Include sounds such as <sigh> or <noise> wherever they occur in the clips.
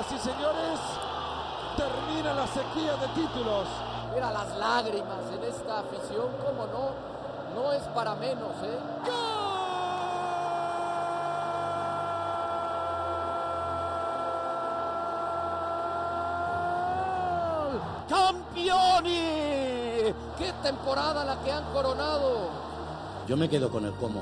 señores, termina la sequía de títulos. Mira las lágrimas en esta afición, como no, no es para menos, ¿eh? ¡Campioni! ¡Qué temporada la que han coronado! Yo me quedo con el cómo,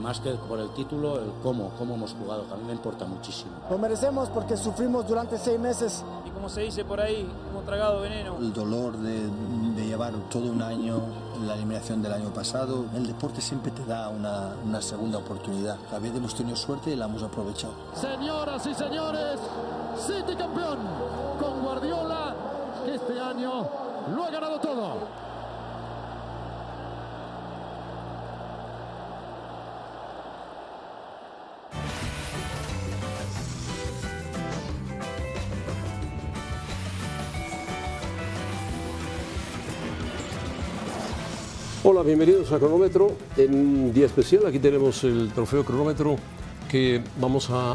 más que por el título, el cómo, cómo hemos jugado, que a mí me importa muchísimo. Lo merecemos porque sufrimos durante seis meses. Y como se dice por ahí, hemos tragado veneno. El dolor de, de llevar todo un año la eliminación del año pasado. El deporte siempre te da una, una segunda oportunidad. Habíamos tenido suerte y la hemos aprovechado. Señoras y señores, City campeón con Guardiola, que este año lo ha ganado todo. Hola, bienvenidos a Cronómetro. En un día especial, aquí tenemos el trofeo Cronómetro que vamos a,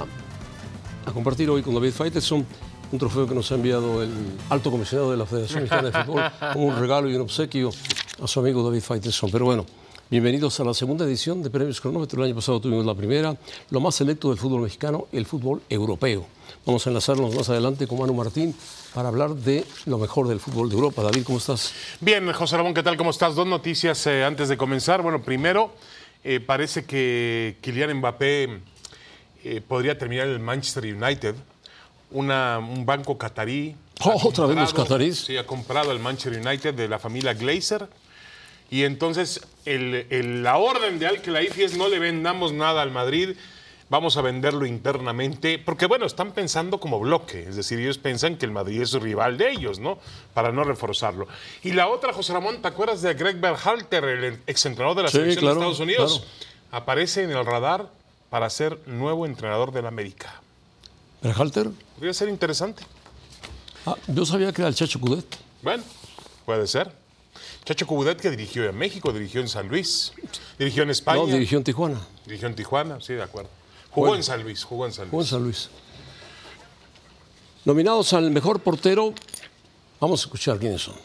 a compartir hoy con David Faitelson. Un trofeo que nos ha enviado el alto comisionado de la Federación Mexicana de Fútbol como un regalo y un obsequio a su amigo David Faitelson. Pero bueno, bienvenidos a la segunda edición de Premios Cronómetro. El año pasado tuvimos la primera, lo más selecto del fútbol mexicano, el fútbol europeo. Vamos a enlazarnos más adelante con Manu Martín para hablar de lo mejor del fútbol de Europa. David, ¿cómo estás? Bien, José Ramón, ¿qué tal? ¿Cómo estás? Dos noticias eh, antes de comenzar. Bueno, primero, eh, parece que Kylian Mbappé eh, podría terminar en el Manchester United. Una- un banco catarí. Oh, ha <laughs> ¿otra vez los comprado- catarís? Sí, ha comprado el Manchester United de la familia Glazer. Y entonces el- el- la orden de Al-Khelaifi es no le vendamos nada al Madrid, vamos a venderlo internamente, porque bueno, están pensando como bloque, es decir, ellos piensan que el Madrid es rival de ellos, ¿no? Para no reforzarlo. Y la otra, José Ramón, ¿te acuerdas de Greg Berhalter, el exentrenador de la Sí, selección claro, de Estados Unidos? claro. Aparece en el radar para ser nuevo entrenador del América. ¿Berhalter? Podría ser interesante. Ah, yo sabía que era el Chacho Cudet. Bueno, puede ser. Chacho Cubudet que dirigió en México, dirigió en San Luis, dirigió en España. No, dirigió en Tijuana. Dirigió en Tijuana, sí, de acuerdo. Jugó Bueno. en San Luis, jugó en San Juan Luis. San Luis. Nominados al mejor portero, vamos a escuchar quiénes son.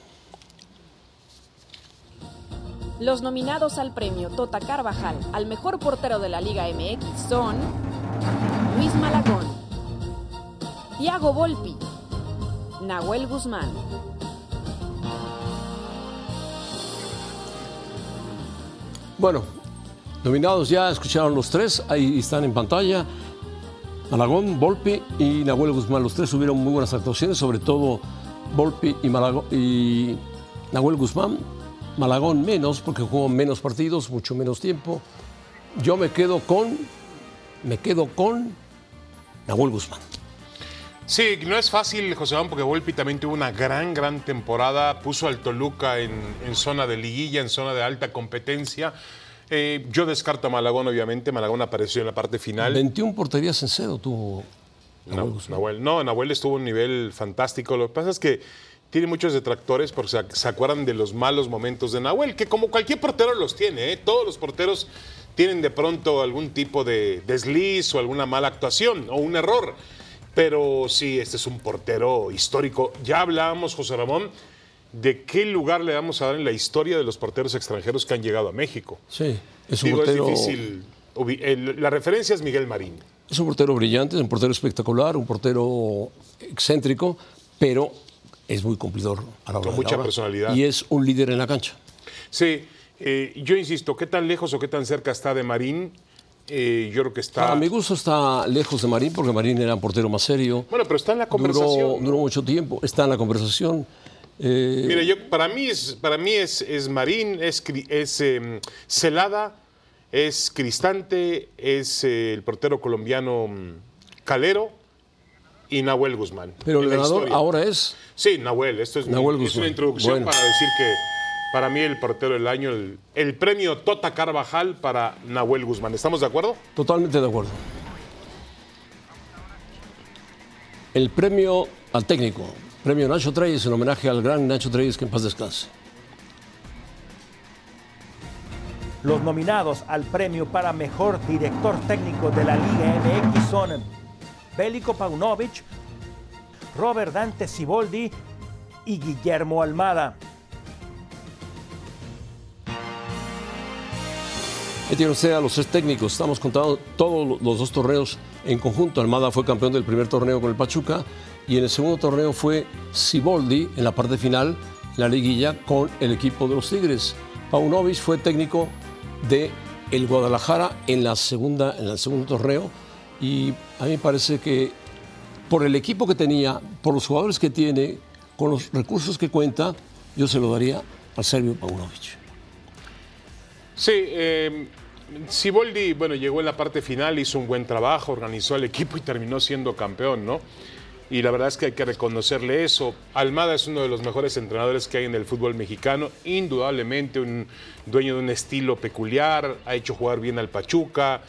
Los nominados al premio Tota Carvajal al mejor portero de la Liga MX son Luis Malagón, Thiago Volpi, Nahuel Guzmán. Bueno, nominados ya escucharon los tres, ahí están en pantalla. Malagón, Volpi y Nahuel Guzmán. Los tres tuvieron muy buenas actuaciones, sobre todo Volpi y, Malagón, y Nahuel Guzmán. Malagón menos, porque jugó menos partidos, mucho menos tiempo. Yo me quedo con. Me quedo con. Nahuel Guzmán. Sí, no es fácil, José Juan, porque Volpi también tuvo una gran, gran temporada. Puso al Toluca en, en zona de liguilla, en zona de alta competencia. Eh, yo descarto a Malagón, obviamente. Malagón apareció en la parte final. 21 porterías en cero tuvo Nahuel No, Guzmán. Nahuel, no, Nahuel estuvo a un nivel fantástico. Lo que pasa es que tiene muchos detractores porque se, se acuerdan de los malos momentos de Nahuel, que como cualquier portero los tiene, ¿eh? todos los porteros tienen de pronto algún tipo de desliz o alguna mala actuación o un error. Pero sí, este es un portero histórico. Ya hablábamos, José Ramón, de qué lugar le vamos a dar en la historia de los porteros extranjeros que han llegado a México. Sí, es un Digo, es portero. difícil. ubi- el- la referencia es Miguel Marín. Es un portero brillante, es un portero espectacular, un portero excéntrico, pero es muy cumplidor a la hora de Con la mucha hora. personalidad. Y es un líder en la cancha. Sí, eh, yo insisto, ¿qué tan lejos o qué tan cerca está de Marín? Eh, yo creo que está. A mi gusto está lejos de Marín, porque Marín era un portero más serio. Bueno, pero está en la conversación. Duró, duró mucho tiempo, está en la conversación. Eh, Mira, yo, para mí es, para mí es, es Marín, es, Cri- es em, Celada, es Cristante, es eh, el portero colombiano mm, Calero y Nahuel Guzmán. pero el En la ganador historia. ahora es. Sí, Nahuel, esto es, mi- Nahuel es Guzmán. una introducción Bueno. para decir que para mí el portero del año, el, el premio Tota Carvajal para Nahuel Guzmán. ¿Estamos de acuerdo? Totalmente de acuerdo. El premio al técnico, premio Nacho Treyes, en homenaje al gran Nacho Treyes, que en paz descanse. Los nominados al premio para mejor director técnico de la Liga MX son Bélico Paunovic, Robert Dante Siboldi y Guillermo Almada. Ahí tiene usted a los tres técnicos. Estamos contando todos los dos torneos en conjunto. Almada fue campeón del primer torneo con el Pachuca y en el segundo torneo fue Siboldi en la parte final, en la liguilla con el equipo de los Tigres. Paunovic fue técnico de el Guadalajara en la segunda en el segundo torneo y a mí me parece que por el equipo que tenía, por los jugadores que tiene, con los recursos que cuenta, yo se lo daría al serbio Paunovic. Sí, eh, Siboldi, bueno, llegó en la parte final, hizo un buen trabajo, organizó al equipo y terminó siendo campeón, ¿no? Y la verdad es que hay que reconocerle eso. Almada es uno de los mejores entrenadores que hay en el fútbol mexicano, indudablemente un dueño de un estilo peculiar, ha hecho jugar bien al Pachuca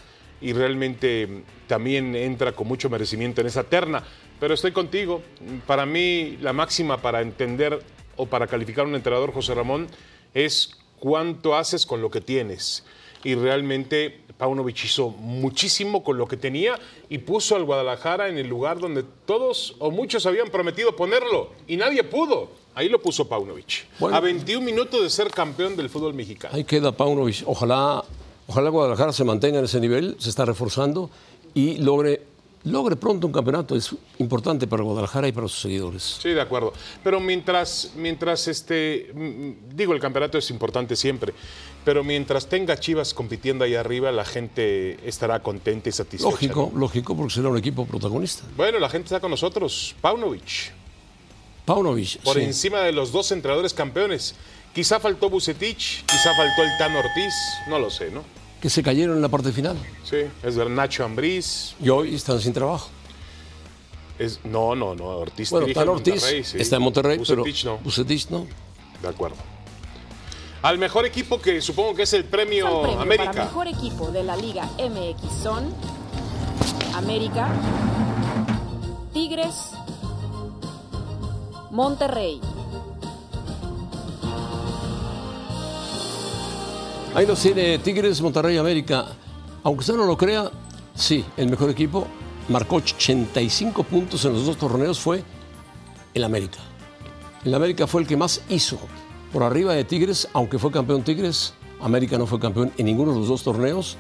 y realmente también entra con mucho merecimiento en esa terna. Pero estoy contigo, para mí la máxima para entender o para calificar a un entrenador, José Ramón, es cuánto haces con lo que tienes. Y realmente Paunovic hizo muchísimo con lo que tenía y puso al Guadalajara en el lugar donde todos o muchos habían prometido ponerlo y nadie pudo. Ahí lo puso Paunovic. Bueno. a 21 minutos de ser campeón del fútbol mexicano. Ahí queda Paunovic. Ojalá, ojalá Guadalajara se mantenga en ese nivel, se está reforzando y logre, logre pronto un campeonato. Es importante para Guadalajara y para sus seguidores. Sí, de acuerdo. Pero mientras, mientras este, mm, digo, el campeonato es importante siempre, pero mientras tenga Chivas compitiendo ahí arriba, la gente estará contenta y satisfecha. Lógico, lógico, porque será un equipo protagonista. Bueno, la gente está con nosotros. Paunovic, Paunovic. por sí. encima de los dos entrenadores campeones. Quizá faltó Bucetich, quizá faltó el Tan Ortiz, no lo sé, ¿no? Que se cayeron en la parte final Sí, es ver Nacho Ambriz. y hoy están sin trabajo. Es, no, no, no, Ortiz Bueno, Este dirige Tan en Ortiz sí. está en Monterrey, Bucetich pero no. Bucetich no. De acuerdo. Al mejor equipo que supongo que es el premio, Al premio para América. mejor equipo de la Liga MX son América, Tigres, Monterrey. Ahí los tiene Tigres, Monterrey, América. Aunque usted no lo crea, sí, el mejor equipo marcó 85 puntos en los dos torneos fue el América. El América fue el que más hizo. Por arriba de Tigres, aunque fue campeón Tigres, América no fue campeón en ninguno de los dos torneos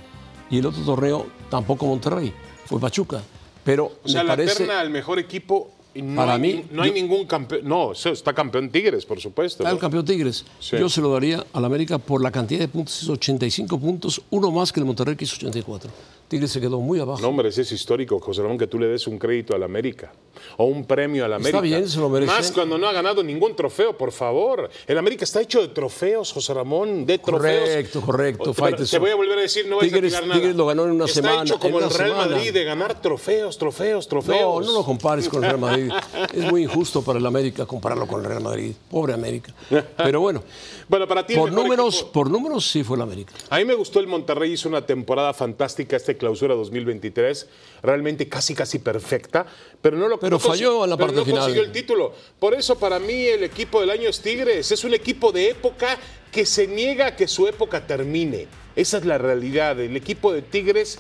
y el otro torneo tampoco Monterrey, fue Pachuca. Pero O sea, me la parece terna al mejor equipo. y No Para hay, mí, no hay yo- ningún campeón. No, eso está campeón Tigres, por supuesto. está el ¿no? campeón Tigres. Sí. Yo se lo daría al América por la cantidad de puntos, hizo 85 puntos, uno más que el Monterrey que hizo 84. Tigres se quedó muy abajo. No, hombre, ese es histórico, José Ramón, que tú le des un crédito al América o un premio al América. bien, se lo merece. Más cuando no ha ganado ningún trofeo, por favor. El América está hecho de trofeos, José Ramón, de trofeos. Correcto, correcto, Pero Faitelson. Te voy a volver a decir, no vais Tigres- a tirar nada. Tigres lo ganó en una está semana, hecho como en el una Real semana. Madrid de ganar trofeos, trofeos, No, trofeos. no lo compares con el Real <laughs> Madrid. Es muy injusto para el América compararlo con el Real Madrid. Pobre América. Pero bueno, Bueno, para ti el por mejor números, equipo. por números sí fue el América. A mí me gustó el Monterrey, hizo una temporada fantástica este clausura 2023, realmente casi casi perfecta, pero no lo Pero no consi- falló en la pero parte no final. consiguió el título. Por eso para mí el equipo del año es Tigres, es un equipo de época que se niega a que su época termine. Esa es la realidad, el equipo de Tigres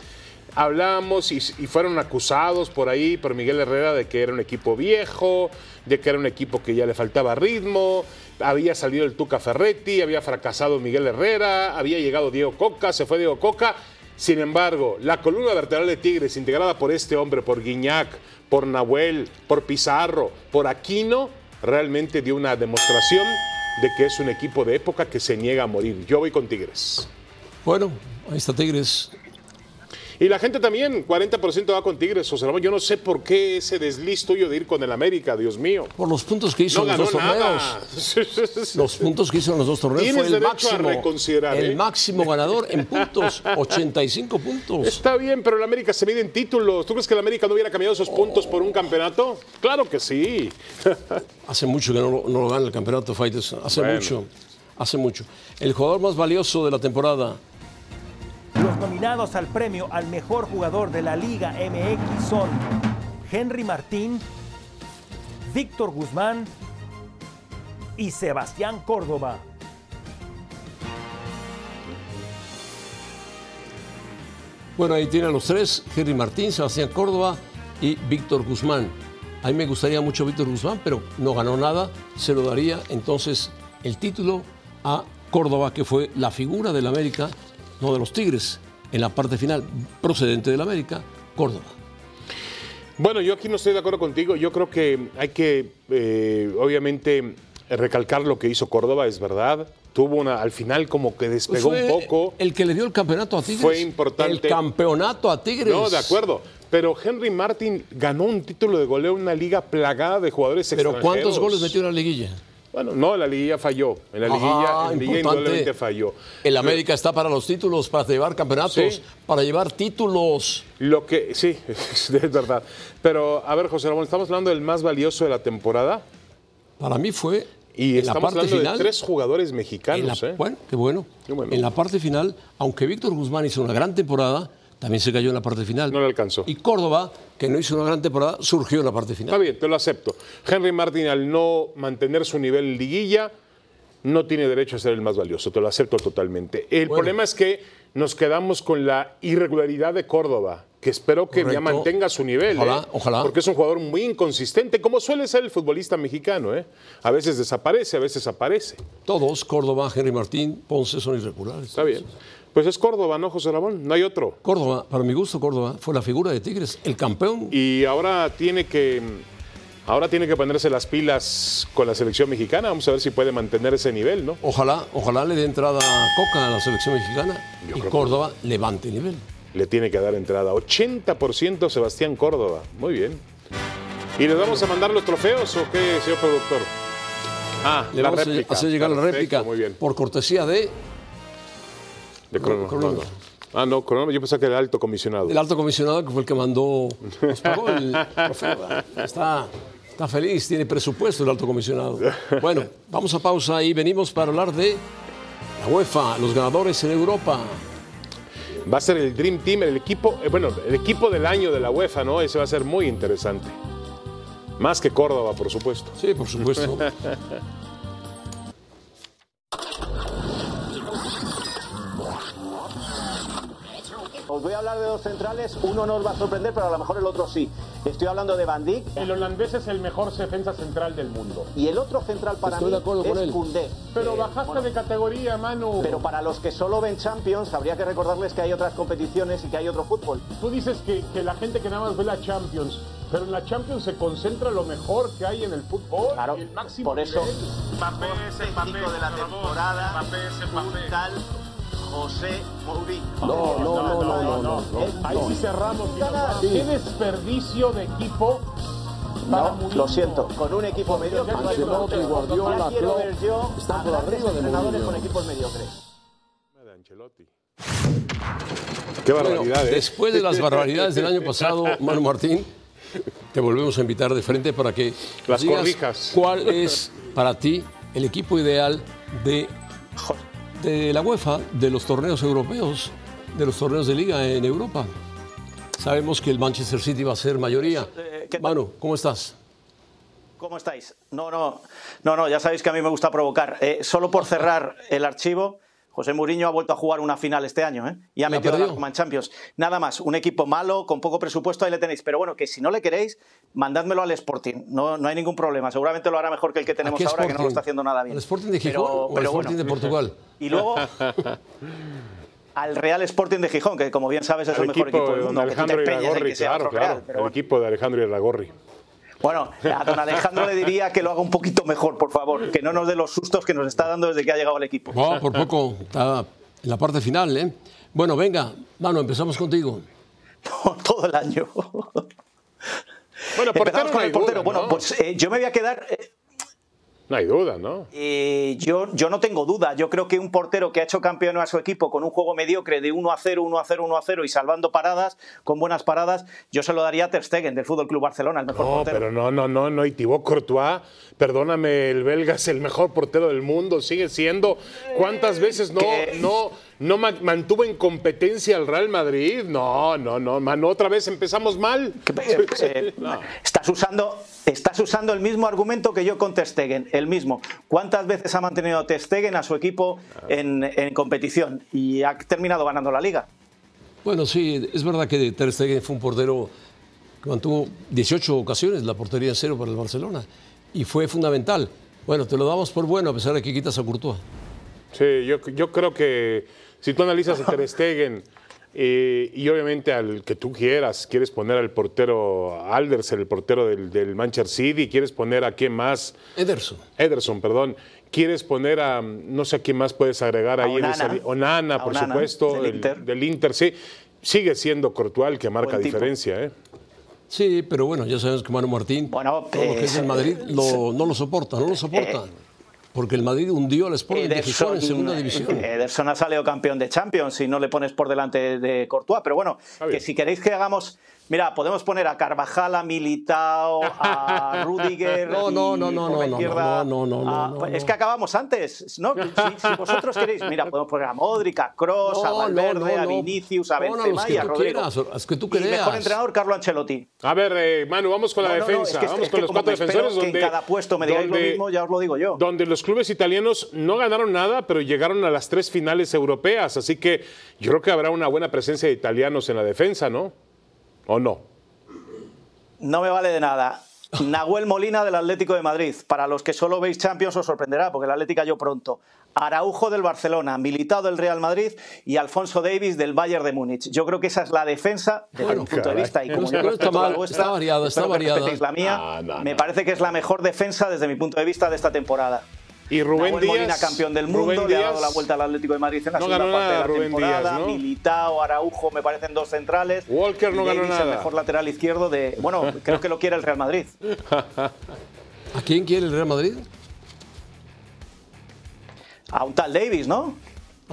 hablábamos y, y fueron acusados por ahí por Miguel Herrera de que era un equipo viejo, de que era un equipo que ya le faltaba ritmo, había salido el Tuca Ferretti, había fracasado Miguel Herrera, había llegado Diego Coca, se fue Diego Coca. Sin embargo, la columna vertebral de Tigres, integrada por este hombre, por Guiñac, por Nahuel, por Pizarro, por Aquino, realmente dio una demostración de que es un equipo de época que se niega a morir. Yo voy con Tigres. Bueno, ahí está Tigres. Y la gente también, 40% va con Tigres, José Ramón. Yo no sé por qué ese desliz tuyo de ir con el América, Dios mío. Por los puntos que hizo No en los ganó dos torneos. nada. Los puntos que hizo en los dos torneos fue Tienes el derecho a máximo. reconsiderar, el ¿eh? máximo ganador en <laughs> puntos, 85 puntos. <laughs> Está bien, pero el América se mide en títulos. ¿Tú crees que el América no hubiera cambiado esos puntos por un campeonato? Claro que sí. Hace mucho que no, lo- no lo gana el campeonato Fighters. Hace Bueno. mucho. Hace mucho. El jugador más valioso de la temporada, Los nominados al premio al mejor jugador de la Liga MX son Henry Martín, Víctor Guzmán y Sebastián Córdoba. Bueno, ahí tienen a los tres, Henry Martín, Sebastián Córdoba y Víctor Guzmán. A mí me gustaría mucho Víctor Guzmán, pero no ganó nada. Se lo daría entonces el título a Córdoba, que fue la figura del América, no de los Tigres, en la parte final, procedente del América, Córdoba. Bueno, yo aquí no estoy de acuerdo contigo. Yo creo que hay que, eh, obviamente, recalcar lo que hizo Córdoba, es verdad. Tuvo una, al final como que despegó Fue un poco. Pues, eh, El que le dio el campeonato a Tigres. Fue importante. El campeonato a Tigres. No, de acuerdo. Pero Henry Martin ganó un título de goleo en una liga plagada de jugadores Pero extranjeros. ¿cuántos goles metió en la liguilla? Bueno, no, en la liguilla falló. En la Ajá, liguilla, en la liguilla Ah, importante. indudablemente falló. El América está para los títulos, para llevar campeonatos, Sí. para llevar títulos. Lo que, sí, <laughs> es verdad. Pero, a ver, José Ramón, estamos hablando del más valioso de la temporada. Para mí fue Y en la estamos parte hablando final. de tres jugadores en la- mexicanos, ¿eh? Bueno, qué bueno. Qué bueno. En la parte final, aunque Víctor Guzmán hizo una gran temporada, también se cayó en la parte final. No le alcanzó. Y Córdoba, que no hizo una gran temporada, surgió en la parte Está final. bien, te lo acepto. Henry Martin, al no mantener su nivel en liguilla, no tiene derecho a ser el más valioso. Te lo acepto totalmente. El Bueno. problema es que nos quedamos con la irregularidad de Córdoba, que espero que ya Correcto. mantenga su nivel. Ojalá, ¿eh? ojalá. Porque es un jugador muy inconsistente, como suele ser el futbolista mexicano. ¿eh? A veces desaparece, a veces aparece. Todos, Córdoba, Henry Martín, Ponce, son irregulares. Está bien. Pues es Córdoba, ¿no, José Ramón? No hay otro. Córdoba, para mi gusto, Córdoba fue la figura de Tigres, el campeón. y ahora tiene que ahora tiene que ponerse las pilas con la selección mexicana. Vamos a ver si puede mantener ese nivel, ¿no? Ojalá, ojalá le dé entrada a Coca a la selección mexicana Yo y creo que- Córdoba levante nivel. Le tiene que dar entrada. 80% Sebastián Córdoba. Muy bien. ¿Y les vamos a mandar los trofeos o qué, señor productor? Ah, Le la vamos a réplica. hacer llegar la Perfecto, réplica Muy bien. por cortesía de De crono- cronómetro. no, no. Ah, no, cronómetro. Yo pensaba que era el alto comisionado. El alto comisionado que fue el que mandó, nos pagó el trofeo. Está, está feliz, tiene presupuesto el alto comisionado. Bueno, vamos a pausa y venimos para hablar de la UEFA, los ganadores en Europa. Va a ser el Dream Team, el equipo, eh, bueno, el equipo del año de la UEFA, ¿no? Ese va a ser muy interesante. Más que Córdoba, por supuesto. Sí, por supuesto. Os voy a hablar de dos centrales, uno no os va a sorprender, pero a lo mejor el otro sí. Estoy hablando de Van Dijk El holandés es el mejor defensa central del mundo. y el otro central para Estoy mí de acuerdo con él. es Koundé. Pero Eh, bajaste bueno, de categoría, Manu. pero para los que solo ven Champions, habría que recordarles que hay otras competiciones y que hay otro fútbol. Tú dices que, que la gente que nada más ve la Champions, pero en la Champions se concentra lo mejor que hay en el fútbol. Claro, y el máximo por eso, nivel. Mbappé es el técnico de la temporada, un tal José Mourinho. No, no, no, no, no, no, no. Es- Ahí sí cerramos. y nos vamos. Qué desperdicio de equipo. para No, Mourinho. lo siento, con un equipo mediocre. no hay Ancelotti, problema. Guardiola, Ya quiero ver yo están a por grandes arriba de entrenadores Mourinho. con equipos mediocres. Qué Bueno, barbaridad, ¿eh? después de las barbaridades del año <laughs> pasado, Manu Martín, te volvemos a invitar de frente para que Las nos digas corrijas. ¿Cuál es para ti el equipo ideal de, de la UEFA, de los torneos europeos, de los torneos de liga en Europa? Sabemos que el Manchester City va a ser mayoría. Eh, ¿qué tal? Manu, ¿cómo estás? ¿Cómo estáis? No, no, no, no, ya sabéis que a mí me gusta provocar. Eh, solo por cerrar el archivo, José Mourinho ha vuelto a jugar una final este año, ¿eh? Y ha La metido a la perdió. Roma en Champions. Nada más, un equipo malo, con poco presupuesto, ahí le tenéis. Pero bueno, que si no le queréis, mandádmelo al Sporting. No, no hay ningún problema. Seguramente lo hará mejor que el que ¿A tenemos qué ahora, que no lo está haciendo nada bien. ¿Al Sporting de Gijón Pero- o al pero Sporting bueno. de <laughs> Portugal? <laughs> Y luego al Real Sporting de Gijón, que como bien sabes es Al el mejor equipo, de del don mundo. que tú te Alejandro empeñas en Iragorri, que sea claro, otro claro. Real, el pero bueno. equipo de Alejandro Iragorri. Bueno, a don Alejandro le diría que lo haga un poquito mejor, por favor, que no nos dé los sustos que nos está dando desde que ha llegado al equipo. <laughs> Oh, por poco, está en la parte final, ¿eh? Bueno, venga, Manu, empezamos contigo. Por todo el año. Bueno, portero Empezamos no con hay el portero. duda, bueno, ¿no? pues eh, yo me voy a quedar. eh, No hay duda, ¿no? eh, yo, yo no tengo duda. Yo creo que un portero que ha hecho campeón a su equipo con un juego mediocre de 1 a 0, 1 a 0, 1 a 0 y salvando paradas, con buenas paradas, yo se lo daría a Ter Stegen del Fútbol Club Barcelona, el mejor No, portero. pero no, no, no, no. Y Thibaut Courtois, perdóname, el belga es el mejor portero del mundo, sigue siendo. ¿Cuántas veces no, ¿Qué? no, no ma- mantuvo en competencia al Real Madrid? No, no, no, mano, otra vez empezamos mal. Que, eh, eh, No. Estás usando, estás usando el mismo argumento que yo con Ter Stegen, el mismo. ¿Cuántas veces ha mantenido Ter Stegen a su equipo en, en competición y ha terminado ganando la liga? Bueno, sí, es verdad que Ter Stegen fue un portero que mantuvo 18 ocasiones la portería en cero para el Barcelona. Y fue fundamental. Bueno, te lo damos por bueno a pesar de que quitas a Courtois. Sí, yo, yo creo que si tú analizas a Ter Stegen eh, y obviamente al que tú quieras, quieres poner al portero Alders, el portero del, del Manchester City, quieres poner a quién más. Ederson. Ederson, perdón. Quieres poner a, mm, no sé a quién más puedes agregar A ahí. en Onana. esa li- Onana, A por Onana, supuesto, del del Inter. del Inter, sí. Sigue siendo Courtois el que marca Buen tipo. diferencia, ¿eh? Sí, pero bueno, ya sabemos que Manu Martín, todo lo que es eh, el Madrid, lo- no lo soporta, no lo soporta. porque el Madrid hundió al Eh, Sporting de Gijón en segunda división. Ederson ha salido campeón de Champions si no le pones por delante de Courtois. Pero bueno, que si queréis que hagamos. Mira, podemos poner a Carvajal, a Militao, <laughs> a Rudiger. No, no, no, no, no, no, no, no, no, no, Ah, no, pues Es que acabamos antes. <laughs> ¿no? Si, si vosotros queréis, mira, podemos poner a Modric, a Cross, a No, no, Valverde, no, a no. Vinicius, a Pon a los Benzema que y a tú Rodrigo. quieras, a los que tú Y mejor creas. entrenador, Carlo Ancelotti. A ver, eh, Manu, vamos con la No, no, no, defensa. es que- este- vamos es con que los como cuatro me espero defensores que en donde. cada puesto me digáis lo mismo, ya os lo digo yo. Donde los clubes italianos no ganaron nada, pero llegaron a las tres finales europeas. Así que yo creo que habrá una buena presencia de italianos en la defensa, ¿no? ¿O no? No me vale <laughs> de nada. Nahuel Molina del Atlético de Madrid. Para los que solo veis Champions os sorprenderá, porque el Atlético cayó pronto. Araujo del Barcelona, militado del Real Madrid y Alfonso Davis del Bayern de Múnich. Yo creo que esa es la defensa desde Bueno, mi punto caray. de vista. Y No como yo está- respeto está mal, la vuestra, está variada, está espero que variada. respetéis la mía. No, no, me parece que es la mejor defensa desde mi punto de vista de esta temporada. Y Rubén Nahuel Díaz. Molina, campeón del mundo, Rubén le ha Díaz. dado la vuelta al Atlético de Madrid en la No segunda ganó parte de nada la Rubén temporada. Díaz, ¿no? Militao, Araujo, me parecen dos centrales. Walker no Y ganó Davis, nada. el mejor lateral izquierdo de. <laughs> Bueno, creo que lo quiere el Real Madrid. ¿A quién quiere el Real Madrid? A un tal Davis, ¿no? A un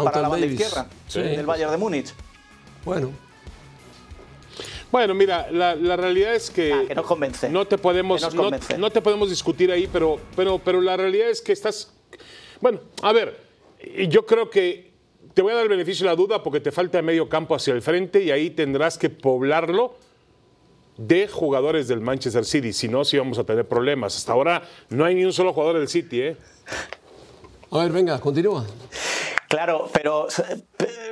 Para tal la banda Davis. izquierda Sí. del Bayern de Múnich. Bueno. Bueno, mira, la, la realidad es que, no Ah, convence. No te podemos, Que nos no- convence. no te podemos discutir ahí, pero, pero, pero la realidad es que estás. Bueno, a ver, y yo creo que te voy a dar el beneficio de la duda porque te falta medio campo hacia el frente y ahí tendrás que poblarlo de jugadores del Manchester City. Si no, sí vamos a tener problemas. Hasta ahora no hay ni un solo jugador del City, ¿eh? A ver, venga, continúa. Claro, pero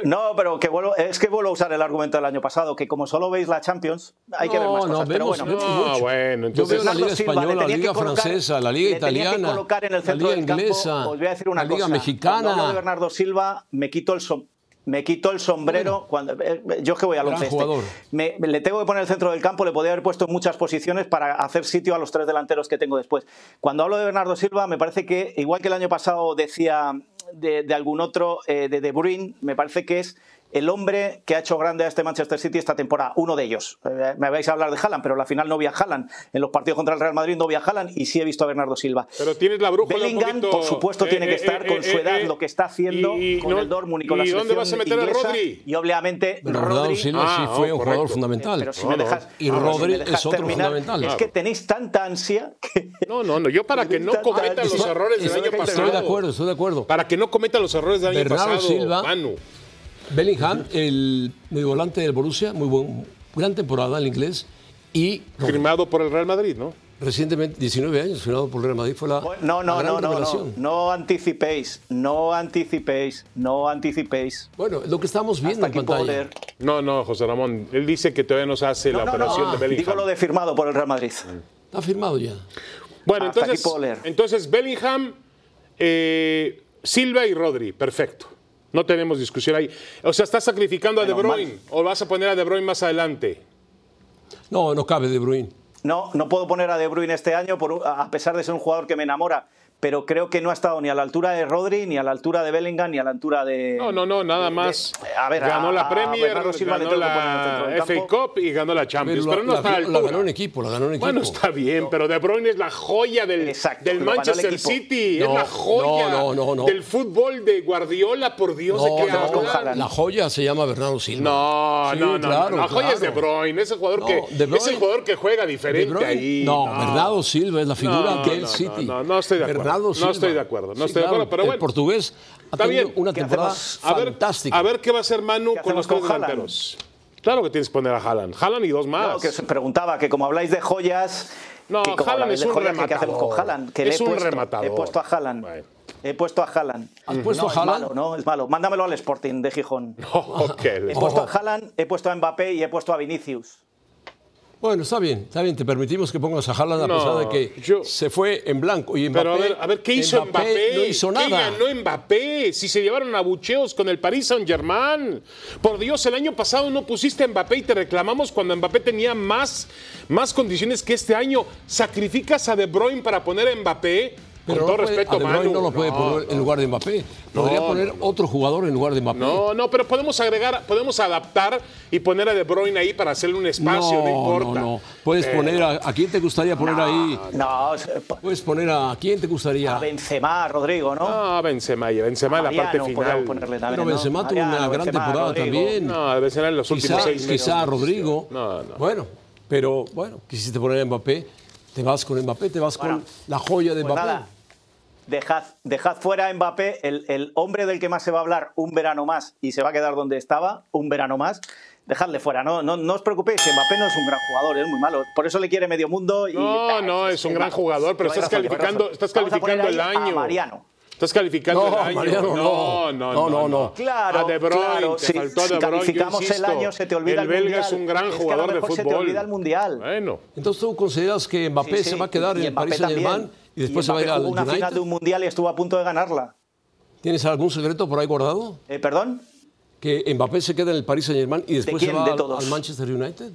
no, pero que vuelvo, es que vuelvo a usar el argumento del año pasado, que como solo veis la Champions, hay que ver más cosas. pero bueno, Ah, bueno, Yo entonces. veo la Liga Bernardo Silva, le Española, la tenía que Liga colocar- Francesa, la Liga le tenía que Italiana, colocar en el la centro Liga del campo, Inglesa, os voy a decir una la Liga cosa. Cuando hablo de Mexicana. Bernardo Silva, me quito el som- me quito el sombrero cuando eh, yo es que voy al Gran once este. jugador. Me- me- le tengo que poner el centro del campo, le podía haber puesto en muchas posiciones para hacer sitio a los tres delanteros que tengo después. Cuando hablo de Bernardo Silva, me parece que igual que el año pasado decía de, de algún otro eh, de De Bruyne, me parece que es el hombre que ha hecho grande a este Manchester City esta temporada, uno de ellos. Eh, Me vais a hablar de Haaland, pero la final no vi a Haaland. En los partidos contra el Real Madrid no vi a Haaland y sí he visto a Bernardo Silva. Pero tienes la brújula un Bellingham, poquito- por supuesto, eh, tiene que eh, estar eh, con su eh, edad, eh, lo que está haciendo y- y con no- el Dortmund y con la ¿y dónde selección vas a meter a inglesa. Rodri? Y obviamente Bernardo Rodri- Silva Ah, Ah, sí fue un jugador fundamental. Pero si me dejas- y ahora, si me Rodri dejas es otro terminar, fundamental. Es que tenéis tanta ansia que <laughs> No, no, no. Yo para que no Tanta- cometa los Está- errores del estoy- año pasado. Estoy de acuerdo, estoy de acuerdo. Para que no cometa los errores del año Bernardo pasado, Silva. Manu. Bellingham, el volante del Borussia, muy buen, gran temporada el inglés. Y Firmado por el Real Madrid, ¿no? recientemente, 19 años, firmado por el Real Madrid, fue la, No, no, la gran no, no, no, revelación. no anticipéis, no anticipéis, no anticipéis. Bueno, lo que estamos viendo Hasta aquí en puedo pantalla. leer. No, no, José Ramón. Él dice que todavía no se hace No, la no, no, operación de Bellingham. digo lo de firmado por el Real Madrid. Está firmado ya. Bueno, Hasta entonces, aquí puedo leer. entonces Bellingham, eh, Silva y Rodri, perfecto. No tenemos discusión ahí. O sea, ¿estás sacrificando a De Menos Bruyne o vas a poner a De Bruyne más adelante? No, no cabe De Bruyne. No, no puedo poner a De Bruyne este año por, un- a pesar de ser un jugador que me enamora, pero creo que no ha estado ni a la altura de Rodri, ni a la altura de Bellingham, ni a la altura de No, no, no, nada más. Eh, a ver, ganó a- la a Premier, Bernardo Silva le ganó tengo que poner en el centro la del FA campo. Cup y ganó la Champions. la- Pero, no la, está a la la altura. ganó en equipo, la ganó en equipo. Bueno, está bien, pero De Bruyne es la joya del, Exacto, del lo ganó el Manchester equipo. City, es No, la joya no, no, no, no. del fútbol de Guardiola, por Dios, No, de qué no, hablan? la joya se llama Bernardo Silva. No, Sí, no, no, claro, no. La joya es De claro. Bruyne, ese jugador No, que De Bruyne- es el jugador que juega diferente De Bruyne- ahí. No, Bernardo Silva es la figura No, del no, City. no, no, no estoy de acuerdo. Bernardo No Silva. estoy de acuerdo, no Sí, estoy de acuerdo, pero bueno. El portugués ha Está tenido bien. una ¿Qué temporada hacemos? A ver, fantástica. a ver qué va a hacer Manu ¿Qué con los hacemos tres con Haaland? delanteros. Claro que tienes que poner a Haaland. Haaland y dos más. <laughs> No, que os preguntaba que como habláis de joyas, No, que como Haaland habláis de es un joyas, ¿qué- ¿qué hacemos con rematador. Haaland? Que le Es he un puesto, rematador. He puesto a Haaland. Bueno. He puesto a Haaland. Mm. ¿Has puesto No, a es Haaland? malo, no, es malo. Mándamelo al Sporting de Gijón. No, que He le- puesto a Haaland, he puesto a Mbappé y he puesto a Vinicius. Bueno, está bien, está bien. Te permitimos que pongas a Haaland a No, pesar de que se fue en blanco. Y Mbappé, Pero a ver, a ver, ¿qué hizo Mbappé? No hizo ¿Qué nada. ganó Mbappé? Si se llevaron a bucheos con el Paris Saint-Germain. Por Dios, el año pasado no pusiste a Mbappé y te reclamamos cuando Mbappé tenía más, más condiciones que este año. ¿Sacrificas a De Bruyne para poner a Mbappé? Pero con no todo puede- respeto, a De Bruyne Manu, no lo puede no, poner en lugar de Mbappé. Podría No, poner otro jugador en lugar de Mbappé. No, no, pero podemos agregar, podemos adaptar y poner a De Bruyne ahí para hacerle un espacio, no, importa. Eh, no. Puedes Pero- poner a, a quién te gustaría poner ahí. No, eh, puedes poner a quién te gustaría. A Benzema, Rodrigo, ¿no? No, Benzema, y Benzema en la Mariano parte final. podemos ponerle también, Pero Benzema tuvo una gran temporada también. No, Benzema en los últimos Quizá, seis meses. quizá a Rodrigo. Bueno, pero bueno, quisiste poner a Mbappé. Te vas con Mbappé, te vas Bueno, con la joya de pues Mbappé. nada, Dejad, dejad fuera a Mbappé, el, el hombre del que más se va a hablar un verano más y se va a quedar donde estaba, un verano más. Dejadle fuera, no, no, no os preocupéis, que Mbappé no es un gran jugador, es muy malo. Por eso le quiere medio mundo. Y, No, no, es un gran jugador, pero Tenéis estás razón, tenéis calificando, razón. estás Vamos a poner calificando el ahí a año. Mariano. Estás calificando el No, año. Mariano, no, no. no, No, no, no. Claro, A De Bruyne, claro, te si- faltó a si De Bruyne, yo calificamos el insisto, año, se te olvida El el belga Mundial. es un gran Es que a lo jugador de mejor fútbol. se te olvida el Mundial. Bueno. Entonces tú consideras que Mbappé Sí, se sí, va a quedar y en el Mbappé Paris Saint-Germain también. y después se va a ir Mbappé al jugó una United. final de un mundial y estuvo a punto de ganarla. Eh, ¿Tienes algún secreto por ahí guardado? ¿Perdón? Que Mbappé se queda en el Paris Saint-Germain y después se quién? va ¿De al, todos? al Manchester United.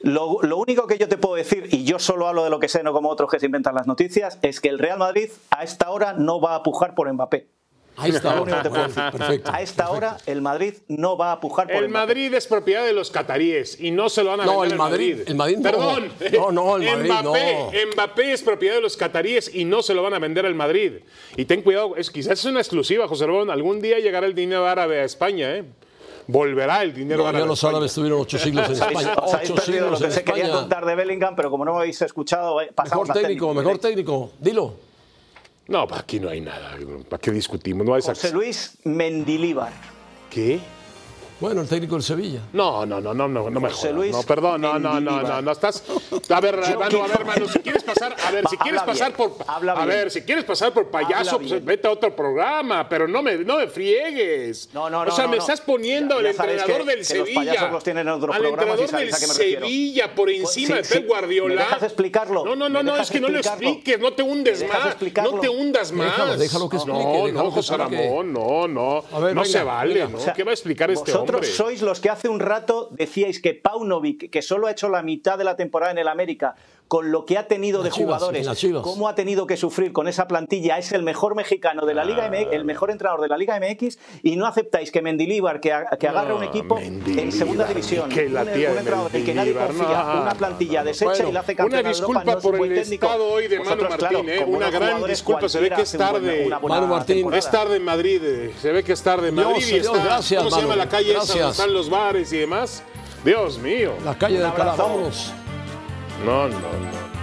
Lo, lo único que yo te puedo decir, y yo solo hablo de lo que sé, no como otros que se inventan las noticias, es que el Real Madrid a esta hora no va a pujar por Mbappé. A esta Es lo hora, único que te puedo decir. perfecto, A esta hora el Madrid no va a pujar por El Mbappé. Madrid es propiedad de los cataríes y no se lo van a No, vender el al Madrid, Madrid. el Madrid no. Perdón. No, no, el Madrid Mbappé, no. Mbappé es propiedad de los cataríes y no se lo van a vender al Madrid. Y ten cuidado, es, quizás es una exclusiva, José Ramón. Algún día llegará el dinero árabe a España, ¿eh? Volverá el dinero No, árabe. ya a los España. árabes tuvieron ocho siglos <laughs> en Os habéis- España. os habéis Ocho perdido lo siglos que en se quería España. contar de Bellingham, pero como no me habéis escuchado, eh, pasamos Mejor al técnico, mejor técnico. Dilo. No, pa- aquí no hay nada. ¿Para qué discutimos? No hay sac- José Luis Mendilíbar. ¿Qué? Bueno, el técnico del Sevilla. No, no, no, no, no, no me José jodas. Luis No, perdón, no, no, no, no, no estás. A ver, Yo Manu, a ver, Manu, si quieres pasar, a ver, si Va, quieres habla pasar por, bien, habla a ver, bien. si quieres pasar por payaso, Habla pues bien. vete a otro programa, pero no me, no me friegues. No, no, O sea, no, me no. estás poniendo Ya- al ya sabéis entrenador que- del que los Sevilla, payasos los tienen en otros al programas y entrenador sabéis del a qué me refiero. Sevilla por Pues, encima sí, de Pep sí. Guardiola. ¿Me dejas explicarlo? No, no, ¿Me no, no, dejas es que no lo explicarlo? expliques, no te hundes ¿Me dejas más, explicarlo? no te hundas más. Déjalo, déjalo que explique, No, no, déjalo que José explique. Ramón, no, no, no venga, se vale, venga. ¿no? O sea, ¿Qué va a explicar este Vosotros hombre? sois los que hace un rato decíais que Paunovic, que solo ha hecho la mitad de la temporada en el América, con lo que ha tenido En de las Chivas, en jugadores, las Chivas. cómo ha tenido que sufrir con esa plantilla, es el mejor mexicano de la Ah. Liga MX, el mejor entrenador de la Liga MX, y no aceptáis que Mendilíbar, que, a- que agarre un equipo en segunda división, que la un, tía un de entrenador en el que nadie Mendilíbar, confía, no, una no, plantilla no, no. deshecha Bueno, y la hace campeón una de Europa, disculpa no es por un buen el técnico. estado hoy de Manu Vosotros, Martín, claro, ¿eh? con una buenos gran jugadores disculpa, se ve cualquiera que es hace un buen- tarde. una buena temporada. es tarde en Madrid, eh, se ve que es tarde en Dios, Madrid y Dios, está, gracias, ¿cómo se Manu, llama la calle esa donde gracias. están los bares y demás? Dios mío. La calle Un del abrazo. Calabaros. No, no, no.